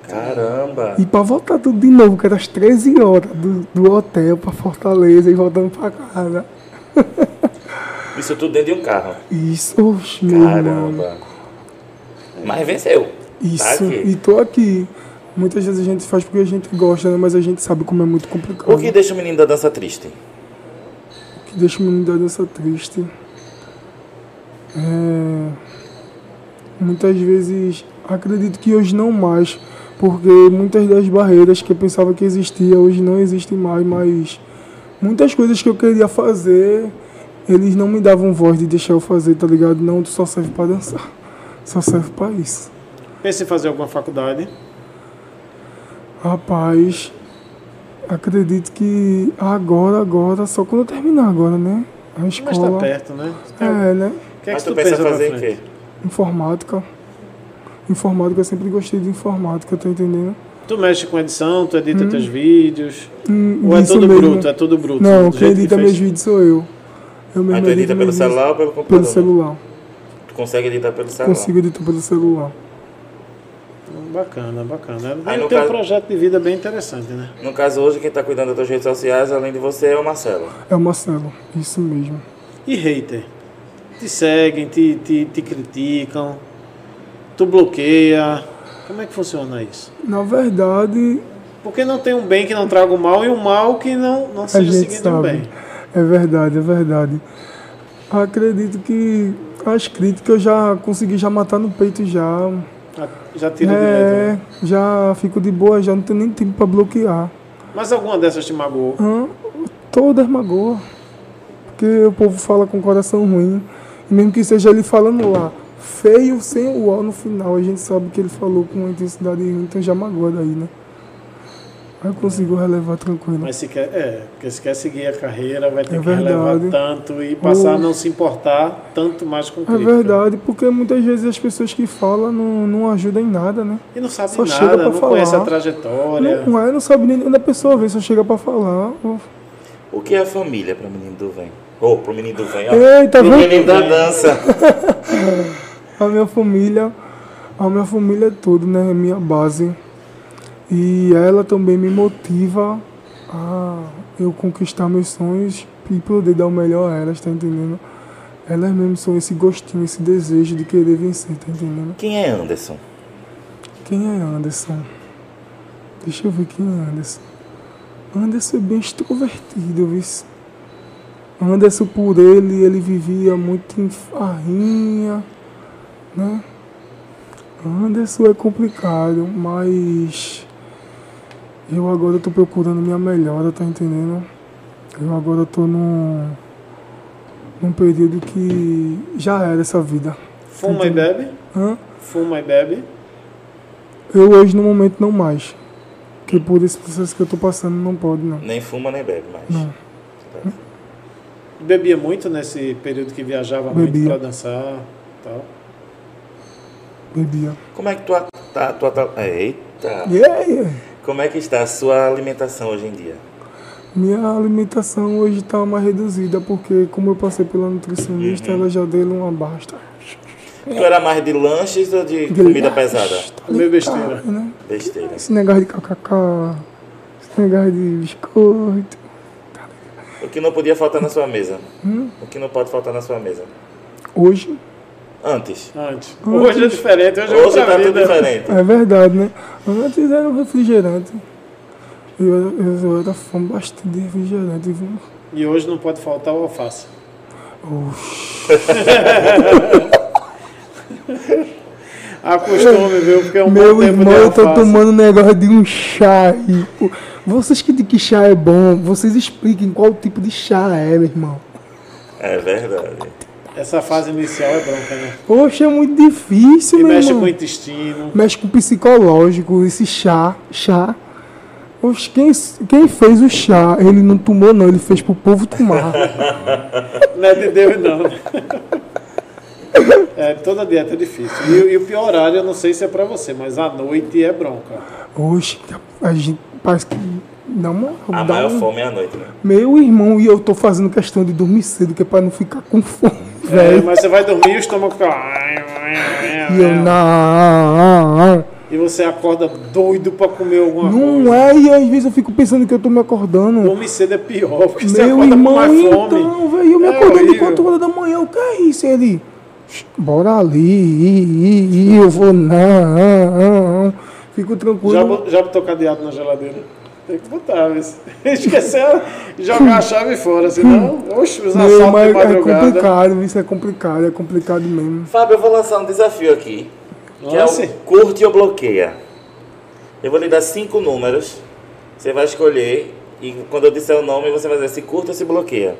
Caramba.
E pra voltar tudo de novo, que era as 13 horas do, do hotel pra Fortaleza e voltando pra casa.
Isso tudo dentro de um carro.
Isso, oxe, meu irmão.
Caramba. Mas venceu.
Isso,
aqui.
e tô aqui. Muitas vezes a gente faz porque a gente gosta, né? Mas a gente sabe como é muito complicado.
O que deixa o menino da dança triste?
que deixa o menino da dança triste. É, muitas vezes, acredito que hoje não mais, porque muitas das barreiras que eu pensava que existia hoje não existem mais, mas muitas coisas que eu queria fazer, eles não me davam voz de deixar eu fazer, tá ligado? Não, tu só serve pra dançar, só serve pra isso.
Pensa em fazer alguma faculdade.
Rapaz, acredito que agora, agora, só quando eu terminar agora, né? A
Mas tá
escola.
perto, né?
é, né?
O que é que
Mas
tu
tu pensa
pensa pra
fazer o
frente?
quê?
Informática. Informática, eu sempre gostei de informática, tá entendendo?
Tu mexe com edição, tu edita teus vídeos.
Hum,
Ou é
isso
tudo
mesmo.
bruto? É tudo bruto.
Não,
do
quem
jeito que
edita
fez.
meus vídeos sou eu. Eu mesmo
Mas tu
edito
edita pelo
meus vídeos
celular ou pelo computador?
é Pelo celular.
Tu consegue editar pelo celular?
Consigo editar pelo celular.
Bacana, bacana.
Aí,
Deve
no
ter um
caso-
projeto de vida bem interessante, né?
No caso hoje, quem tá cuidando das tuas redes sociais, além de você, é o Marcelo.
É o Marcelo, isso mesmo.
E hater? Te seguem, te, te, te criticam, tu bloqueia. Como é que funciona isso?
Na verdade,
Porque não tem um bem que não traga o mal e um mal que não, não
a
seja
gente
seguido de um
sabe.
bem.
É verdade, é verdade. Acredito que as críticas eu já consegui já matar no peito já.
Ah, Já tira de letra. né?
é, já fico de boa, já não tenho nem tempo pra bloquear.
Mas alguma dessas te magoou?
Hã? Todas magoa. Porque o povo fala com o coração ruim. E mesmo que seja ele falando lá, feio sem o ó no final, a gente sabe que ele falou com uma intensidade ruim, então já magoa daí, né? Aí eu consigo relevar tranquilo.
Mas se quer, é, porque se quer seguir a carreira, vai ter
É
que relevar
verdade.
tanto e passar a
Hum.
não se importar tanto mais com
É
crítica.
verdade, porque muitas vezes as pessoas que falam não, não ajudam em nada, né?
E não sabe
Só
nada,
chega pra
não conhece
falar.
a trajetória.
Não, é, não sabe nem de onde a pessoa vem, só chega pra falar.
O que é família para o menino do Vem? Ou pro menino do Vem, ó.
Eita,
Pro
viu?
menino da dança.
A minha família, a minha família é tudo, né? É minha base. E ela também me motiva a eu conquistar meus sonhos e poder dar o melhor a elas, tá entendendo? Elas mesmo são esse gostinho, esse desejo de querer vencer, tá entendendo?
Quem é Anderson?
Quem é Anderson? Deixa eu ver quem é Anderson. Anderson é bem extrovertido, viu? Anderson, por ele, ele vivia muito em farrinha, né? Anderson é complicado, mas eu agora tô procurando minha melhora, tá entendendo? Eu agora tô num, num período que já era essa vida.
Fuma e bebe,
Hã?
fuma e bebe.
Eu hoje no momento não mais. Porque por esse processo que eu tô passando não pode não.
Nem fuma, nem bebe mais.
Não.
Bebia muito nesse período que viajava muito
Bebia.
pra dançar tal.
Bebia.
Como é que tu tá. Tu ata... tá- Eita!
E aí?
Como é que está a sua alimentação hoje em dia?
Minha alimentação hoje está mais reduzida, porque como eu passei pela
Uhum.
nutricionista, ela já deu uma basta.
Tu era mais de lanches ou de comida pesada?
Comer besteira.
Cara, Tá né?
Besteira.
Esse negócio de cacacá, esse negócio de biscoito.
O que não podia faltar na sua mesa?
Hum?
O que não pode faltar na sua mesa?
Hoje
Antes.
Antes. Hoje é diferente, hoje é
Hoje
outra
tá tudo
vida.
diferente.
é verdade, né? Antes era um refrigerante. Eu, eu, eu era fã bastante de refrigerante. viu?
E hoje não pode faltar o alface. Acostume, viu? Porque é um bom
Meu
tempo
irmão,
de
eu
alface.
tô tomando um negócio de um chá. aí. Pô, Vocês que dizem que chá é bom, vocês expliquem qual tipo de chá é, meu irmão.
É verdade.
Essa fase inicial é bronca, né?
Poxa, é muito difícil,
E
meu
mexe
irmão.
com o intestino.
mexe com o psicológico, esse chá, chá. Oxe, quem, quem fez o chá, ele não tomou não, ele fez pro povo tomar.
Não é de Deus, não. né? É, toda dieta é difícil. E, o- e o pior horário, eu não sei se é pra você, mas à noite é bronca.
Oxe, a gente parece que dá uma...
Então?
A
dá
maior
um-
fome é à noite, né?
Meu irmão, e eu tô fazendo questão de dormir cedo, que é pra não ficar com fome,
É,
velho.
mas você vai dormir e o estômago fica. é,
E eu, não,
E você acorda doido pra comer alguma coisa.
não é, e às vezes eu fico pensando que eu tô me acordando.
Dormir cedo é pior, porque você
Meu
acorda com
irmão,
mais fome.
então, velho, eu me
É
acordando de
horrível.
4 horas da manhã, o que é isso? Ele, "Shh, bora ali, i- i- i", eu vou, não, fico
Já,
tranquilo.
bo- já botou cadeado na geladeira? Tem que botar, mas esqueceu de jogar a chave fora, senão, oxe, os
Meu,
assaltos de
mas é
madrugada.
complicado, isso é complicado, é complicado mesmo.
Fábio, eu vou lançar um desafio aqui. Que é
Lance.
o curte ou bloqueia. Eu vou lhe dar cinco números. Você vai escolher. E quando eu disser o nome, você vai dizer se curte ou se bloqueia.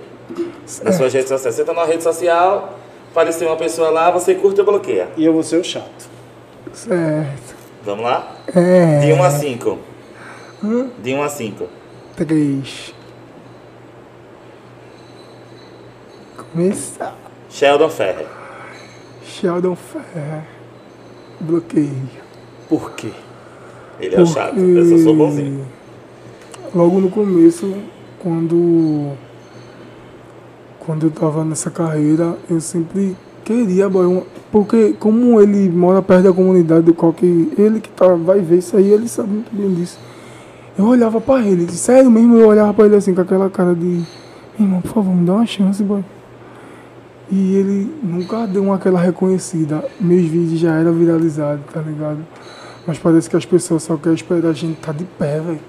Nas suas redes sociais. Você tá numa rede social, apareceu uma pessoa lá, você curte ou bloqueia.
E eu vou ser o chato.
Certo.
Vamos lá?
É,
De 1 a 5.
Hum?
De 1 a 5.
três. Começar.
Sheldon Ferrer.
Sheldon Ferrer. Bloqueio.
Por quê?
Ele é o chato. Eu só sou bonzinho.
Logo no começo, quando quando eu tava nessa carreira, eu sempre queria boy, um- porque como ele mora perto da comunidade do Coque, ele que tá, vai ver isso aí, ele sabe muito bem disso. Eu olhava pra ele, de sério mesmo, eu olhava pra ele assim com aquela cara de, "Meu irmão, por favor, me dá uma chance, boy. E ele nunca deu uma aquela reconhecida. Meus vídeos já eram viralizados, tá ligado? Mas parece que as pessoas só querem esperar a gente tá de pé, velho.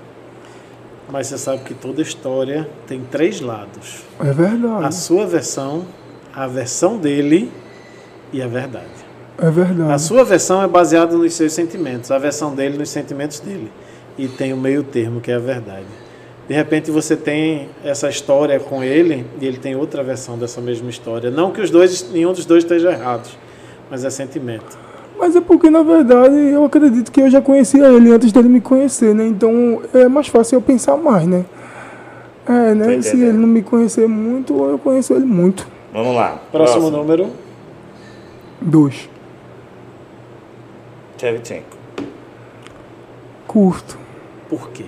Mas você sabe que toda história tem três lados:
É
a
verdade.
sua versão, a versão dele e a verdade.
É verdade.
A sua versão é baseada nos seus sentimentos, a versão dele nos sentimentos dele. E tem o meio termo, que é a verdade. De repente você tem essa história com ele e ele tem outra versão dessa mesma história. Não que os dois, nenhum dos dois esteja errado, mas é sentimento.
Mas é porque, na verdade, eu acredito que eu já conhecia ele antes dele me conhecer, né? Então é mais fácil eu pensar mais, né? É, né?
Tô
Se
entendendo.
ele não me conhecer muito, eu conheço ele muito.
Vamos lá.
Próximo, número,
Dois.
Shevchenko.
Curto.
por quê?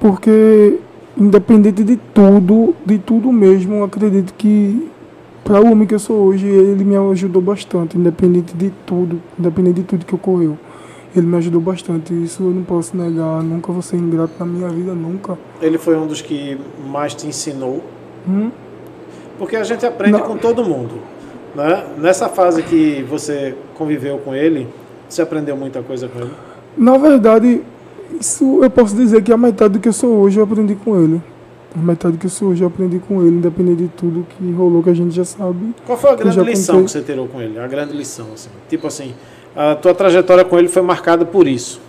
Porque, independente de tudo, de tudo mesmo, eu acredito que, para o homem que eu sou hoje, ele me ajudou bastante, independente de tudo, independente de tudo que ocorreu. Ele me ajudou bastante, isso eu não posso negar. Nunca vou ser ingrato na minha vida, nunca.
Ele foi um dos que mais te ensinou.
Hum?
Porque a gente aprende
Não.
com todo mundo. Né? Nessa fase que você conviveu com ele, você aprendeu muita coisa com ele.
Na verdade, isso eu posso dizer que a metade do que eu sou hoje eu aprendi com ele. A metade do que eu sou hoje eu aprendi com ele, independente de tudo que rolou, que a gente já sabe.
Qual foi a
Eu já
grande lição
contei.
que você tirou com ele? A grande lição, assim. Tipo assim, a tua trajetória com ele foi marcada por isso.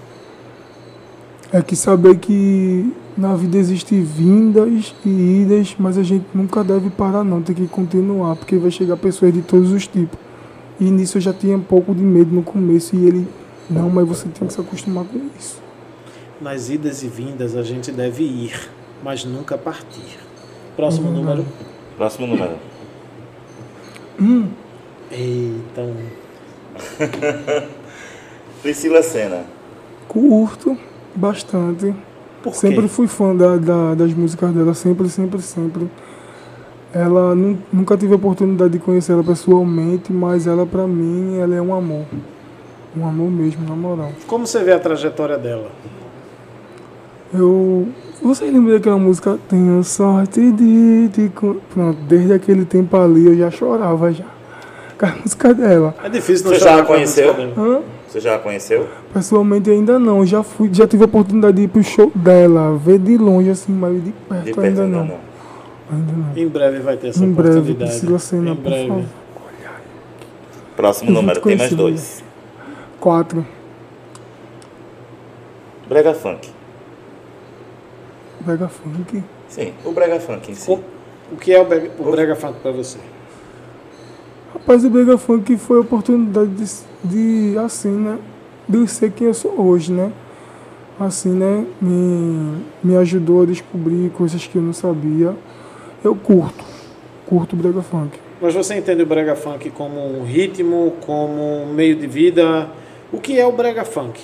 É que saber que na vida existem vindas e idas, mas a gente nunca deve parar não, tem que continuar, porque vai chegar pessoas de todos os tipos. E nisso eu já tinha um pouco de medo no começo e ele, não, mas você tem que se acostumar com isso.
Nas idas e vindas a gente deve ir, mas nunca partir. Próximo
Uhum.
número.
Próximo número.
Eita. um.
Priscila Senna.
Curto, Bastante.
Por quê?
Sempre fui fã da, da- das músicas dela, sempre, sempre, sempre. Ela nu- nunca tive a oportunidade de conhecer ela pessoalmente, mas ela pra mim, ela é um amor. Um amor mesmo, na moral.
Como você vê a trajetória dela?
Eu. Vocês lembram daquela música? Tenho sorte de. de con-" Pronto, desde aquele tempo ali eu já chorava já. Com a música dela.
É difícil não
Você já
chorar
a
com música
conheceu?
dela.
Hã?
Você já a conheceu?
Pessoalmente ainda não, já fui, já tive a oportunidade de ir pro show dela, ver de longe assim, mas de
De
perto,
perto
ainda,
ainda
não.
não.
Ainda não.
Em breve vai ter essa
Em breve,
oportunidade.
Priscila Senna,
em
por
breve.
favor.
Próximo
Eu vou
número,
te
tem mais
conhecer,
dois.
Quatro.
Brega Funk.
Brega funk.
Sim, o Brega Funk em si.
O- O que é o brega, o brega funk para você?
Rapaz, o Brega Funk foi a oportunidade de, de, assim, né? De eu ser quem eu sou hoje, né? Assim, né? Me, me ajudou a descobrir coisas que eu não sabia. Eu curto. Curto o Brega Funk.
Mas você entende o brega funk como um ritmo, como um meio de vida? O que é o brega funk?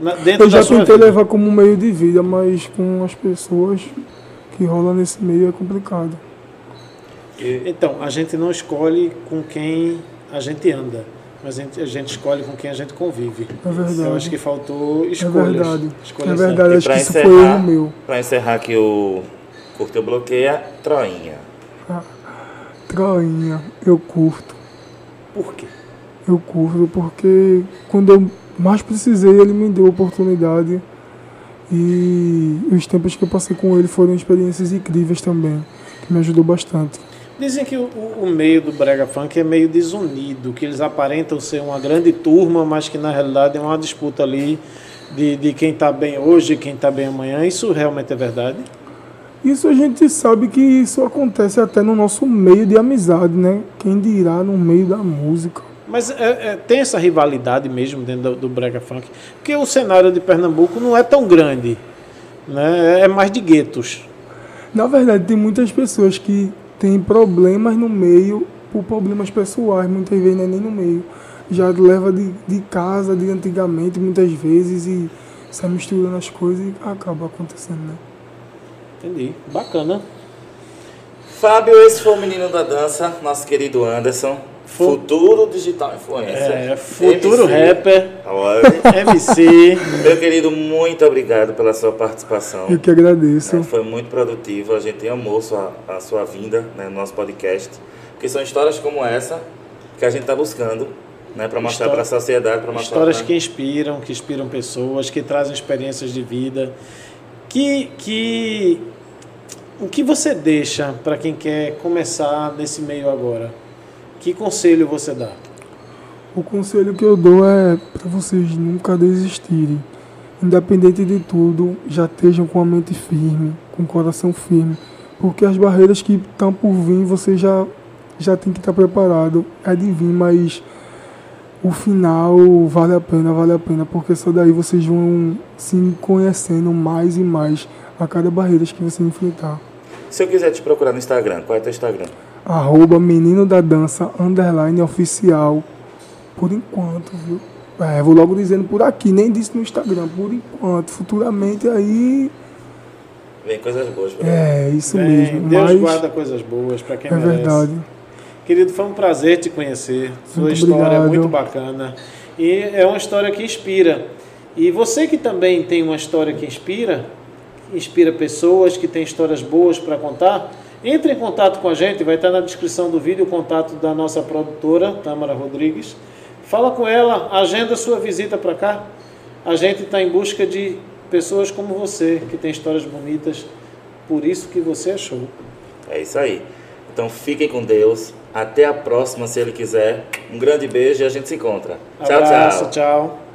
Na- dentro
Eu já
da sua
tentei
vida.
levar como meio de vida, mas com as pessoas que rolam nesse meio é complicado.
E
Então, a gente não escolhe com quem a gente anda, mas a gente, a gente escolhe com quem a gente convive.
É verdade.
Eu acho que faltou
É
escolhas.
verdade. É
Escolhas, né?
verdade,
E
acho
pra
que isso foi
encerrar-
erro meu.
Pra encerrar aqui o Curteu Bloqueia, Troinha.
Ah, Troinha, eu curto.
Por quê?
Eu curto porque quando eu mais precisei, ele me deu a oportunidade. E os tempos que eu passei com ele foram experiências incríveis também, que me ajudou bastante.
Dizem que o, o meio do brega funk é meio desunido, que eles aparentam ser uma grande turma, mas que na realidade é uma disputa ali de, de quem está bem hoje e quem está bem amanhã. Isso realmente é verdade?
Isso a gente sabe que isso acontece até no nosso meio de amizade, né? Quem dirá no meio da música.
Mas é- é, tem essa rivalidade mesmo dentro do, do brega funk, porque o cenário de Pernambuco não é tão grande, né? é mais de guetos.
Na verdade, tem muitas pessoas que têm problemas no meio por problemas pessoais, muitas vezes não é nem no meio. Já leva de, de casa, de antigamente, muitas vezes, e sai misturando as coisas e acaba acontecendo, né?
Entendi, bacana.
Fábio, esse foi o menino da dança, nosso querido Anderson. Futuro digital influencer.
É, futuro
MC.
rapper,
Olha,
MC.
meu querido, muito obrigado pela sua participação.
Eu que agradeço.
né? Foi muito produtivo. A gente amou sua, a sua vinda né, no nosso podcast. Porque são histórias como essa que a gente está buscando né, para mostrar
Histó-
para a sociedade, para mostrar
Histórias
pra-
que inspiram, que inspiram pessoas, que trazem experiências de vida. Que, que o que você deixa para quem quer começar nesse meio agora? Que conselho você dá?
O conselho que eu dou é para vocês nunca desistirem. Independente de tudo, já estejam com a mente firme, com o coração firme, porque as barreiras que estão por vir, você já já tem que estar preparado. É de vir, mas o final vale a pena, vale a pena, porque só daí vocês vão se conhecendo mais e mais a cada barreira que você enfrentar.
Se eu quiser te procurar no Instagram, qual é teu Instagram?
Arroba Menino da Dança Underline Oficial. Por enquanto, viu? É, vou logo dizendo por aqui, nem disse no Instagram, por enquanto. Futuramente aí.
Vem coisas boas pra
É, isso
Bem,
mesmo.
Deus
mas
guarda coisas boas para quem
é
merece.
verdade.
Querido, foi um prazer te conhecer. Sua
Muito
história é
obrigado.
muito bacana. E é uma história que inspira. E você que também tem uma história que inspira, inspira pessoas, que tem histórias boas para contar, entre em contato com a gente, vai estar na descrição do vídeo o contato da nossa produtora, Tamara Rodrigues. Fala com ela, agenda sua visita para cá. A gente está em busca de pessoas como você, que tem histórias bonitas. Por isso que você é show.
É isso aí. Então fiquem com Deus. Até a próxima, se ele quiser. Um grande beijo e a gente se encontra. tchau,
Abraço,
tchau.
tchau.